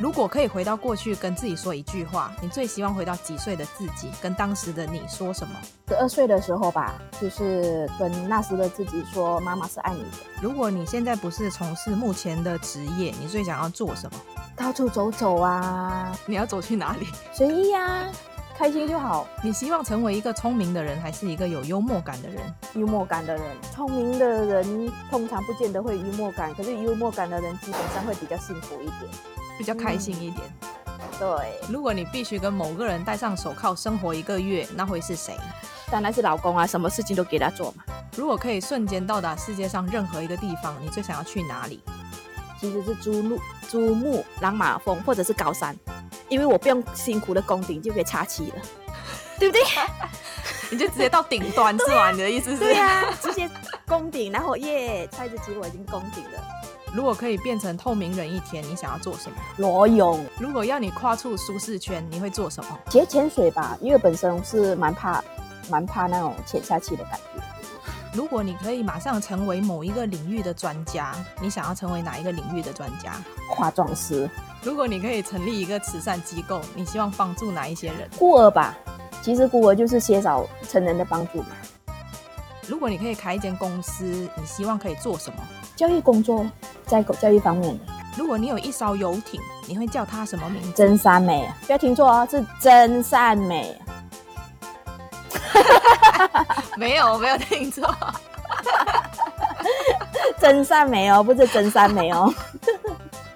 如果可以回到过去，跟自己说一句话，你最希望回到几岁的自己，跟当时的你说什么？十二岁的时候吧，就是跟那时的自己说：“妈妈是爱你的。如果你现在不是从事目前的职业，你最想要做什么？” 到处走走啊，你要走去哪里？随意呀、开心就好。你希望成为一个聪明的人，还是一个有幽默感的人？幽默感的人，聪明的人通常不见得会幽默感，可是幽默感的人基本上会比较幸福一点。比较开心一点。对，如果你必须跟某个人戴上手铐生活一个月，那会是谁？当然是老公啊，什么事情都给他做嘛。如果可以瞬间到达世界上任何一个地方，你最想要去哪里？其实是珠穆、珠穆朗玛峰或者是高山，因为我不用辛苦的攻顶就可以插旗了，对不对？你就直接到顶端是吧？你的意思是？对啊呀、 直接攻顶，然后耶，揣着旗我已经攻顶了。如果可以变成透明人一天，你想要做什么？裸泳、如果要你跨出舒适圈，你会做什么？学潜水吧，因为本身是蛮怕、蛮怕那种潜下去的感觉。如果你可以马上成为某一个领域的专家，你想要成为哪一个领域的专家？化妆师、如果你可以成立一个慈善机构，你希望帮助哪一些人？孤儿吧，其实孤儿就是缺少成人的帮助嘛。如果你可以开一间公司，你希望可以做什么？教育工作在教育方面的，如果你有一艘游艇，你会叫它什么名字？真善美啊，不要听错哦，是真善美啊。没有，没有听错。真善美哦，不是真善美哦。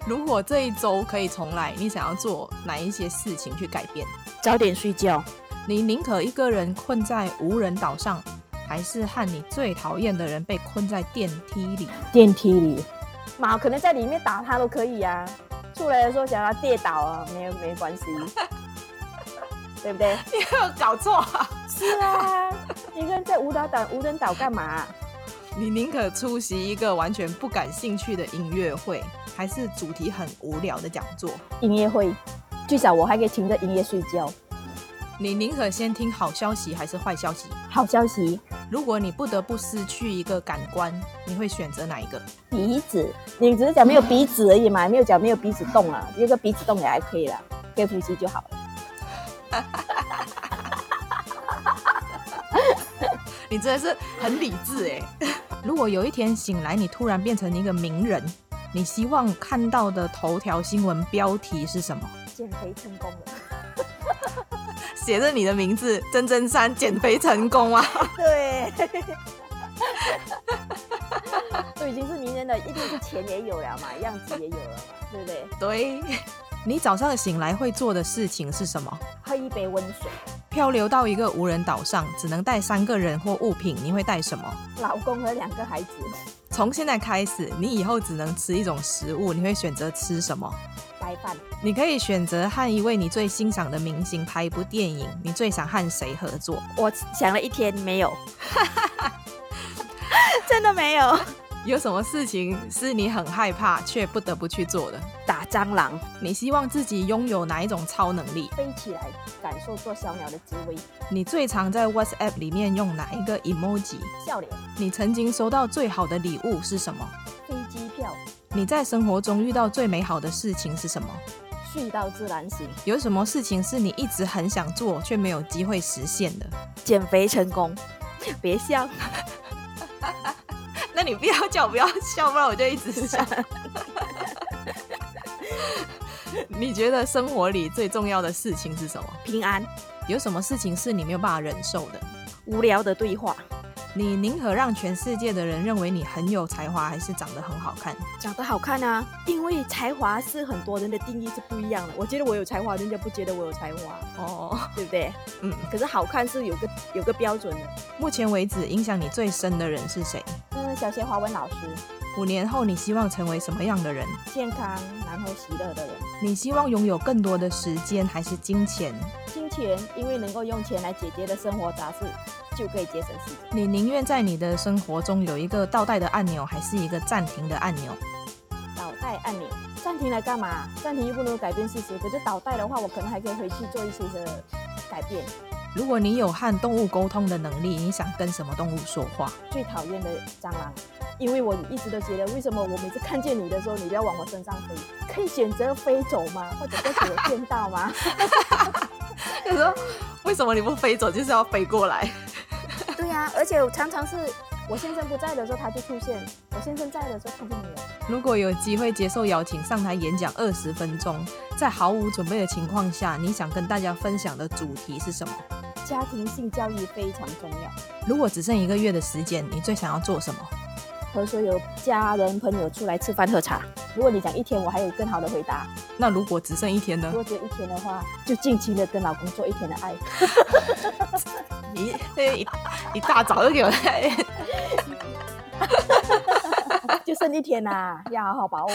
如果这一周可以重来，你想要做哪一些事情去改变？早点睡 觉，你宁可一个人困在无人岛上，还是和你最讨厌的人被困在电梯里？电梯里，妈可能在里面打他都可以啊。出来的时候想要跌倒啊，没有没 关系，对不对？你有搞错、是啊，一个人在无岛岛无人岛干嘛、啊你宁可出席一个完全不感兴趣的音乐会，还是主题很无聊的讲座？音乐会，最少我还可以听着音乐睡觉。你宁可先听好消息还是坏消息？好消息，如果你不得不失去一个感官，你会选择哪一个？鼻子，你只是讲没有鼻子而已嘛，没有讲没有鼻子洞啊，有个鼻子洞也还可以啦，可以呼吸就好了。你真的是很理智哎。如果有一天醒来，你突然变成一个名人，你希望看到的头条新闻标题是什么？减肥成功了。写着你的名字，真真三减肥成功啊！对，都已经是名人了，一定是钱也有了嘛，样子也有了嘛，对不对？ 对，你早上醒来会做的事情是什么？喝一杯温水，漂流到一个无人岛上，只能带三个人或物品，你会带什么？老公和两个孩子，从现在开始，你以后只能吃一种食物，你会选择吃什么？白饭，你可以选择和一位你最欣赏的明星拍一部电影，你最想和谁合作？我想了一天，没 有，真的没 有。有什么事情是你很害怕却不得不去做的？打蟑螂，你希望自己拥有哪一种超能力？飞起来，感受做小鸟的滋味，你最常在 WhatsApp 里面用哪一个 emoji？笑脸，你曾经收到最好的礼物是什么？飞机票，你在生活中遇到最美好的事情是什么？睡到自然醒，有什么事情是你一直很想做却没有机会实现的？ 减肥成功， 别笑。那你不要叫我不要笑，不然我就一直笑。 你觉得生活里最重要的事情是什么？平安，有什么事情是你没有办法忍受的？无聊的对话，你宁可让全世界的人认为你很有才华，还是长得很好看？长得好看啊。因为才华是很多人的定义是不一样的。我觉得我有才华，人家不觉得我有才华，哦，对不对？嗯。可是好看是有个有个标准的。 目前为止，影响你最深的人是谁？呃嗯，小学华文老师，五年后，你希望成为什么样的人？健康然后喜乐的人，你希望拥有更多的时间还是金钱？金钱因为能够用钱来解决的生活杂事，就可以节省时间，你宁愿在你的生活中有一个倒带的按钮，还是一个暂停的按钮？倒带按钮，暂停来干嘛？暂停又不能改变事实，可是倒带的话，我可能还可以回去做一些的改变。如果你有和动物沟通的能力，你想跟什么动物说话？ 最讨厌的蟑螂，因为我一直都觉得，为什么我每次看见你的时候，你都要往我身上飞？可以选择飞走吗？或者被我电到吗？就说为什么你不飞走，就是要飞过来？对呀、而且我常常是我先生不在的时候他就出现，我先生在的时候他就没有。如果有机会接受邀请上台演讲二十分钟，在毫无准备的情况下，你想跟大家分享的主题是什么？家庭性教育非常重要，如果只剩一个月的时间，你最想要做什么？和所有家人朋友出来吃饭喝茶。如果你讲一天，我还有更好的回答。那如果只剩一天呢如？果只有一天的话，就尽情的跟老公做一天的爱。一一一大早就给我在就剩一天呐、要好好把握。